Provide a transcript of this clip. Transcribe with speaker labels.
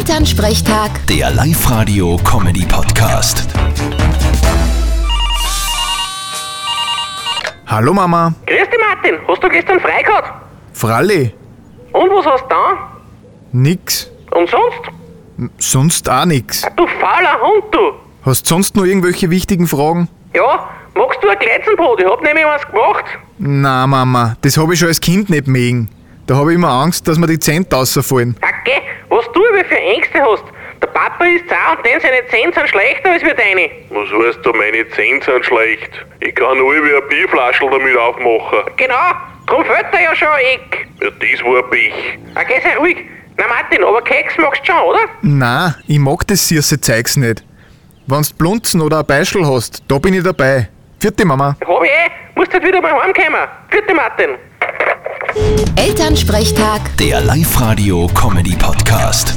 Speaker 1: Elternsprechtag,
Speaker 2: Der Live-Radio-Comedy-Podcast.
Speaker 3: Hallo Mama,
Speaker 4: Grüß dich, Martin. Hast du gestern frei gehabt?
Speaker 3: Fralli,
Speaker 4: Und was hast du da?
Speaker 3: nix,
Speaker 4: Und sonst?
Speaker 3: sonst auch nix.
Speaker 4: Du fauler Hund, du!
Speaker 3: Hast sonst noch irgendwelche wichtigen Fragen?
Speaker 4: Ja, magst du ein Gleizenbrot? Ich hab nämlich was gemacht.
Speaker 3: Na Mama, das habe ich schon als Kind nicht mögen. Da habe ich immer Angst, dass mir die Zähne rausfallen.
Speaker 4: Okay, was du über für Ängste hast. Der Papa ist zau und denn seine Zähne sind schlechter als wir deine.
Speaker 5: Was heißt da, meine Zähne sind schlecht? Ich kann nur wie ein Bierflaschel damit aufmachen.
Speaker 4: Genau, drum fällt dir ja schon ein Eck.
Speaker 5: Ja, das war Pech.
Speaker 4: Okay, sei ruhig. Na Martin, aber Keks magst du schon, oder?
Speaker 3: Na, ich mag das süße Zeugs nicht. Wenn's Blunzen oder ein Beischel hast, da bin ich dabei. Vierte Mama.
Speaker 4: Hab ich eh. Musst halt wieder mal heimkommen. Vierte Martin.
Speaker 1: Elternsprechtag.
Speaker 2: Der Live-Radio-Comedy-Podcast.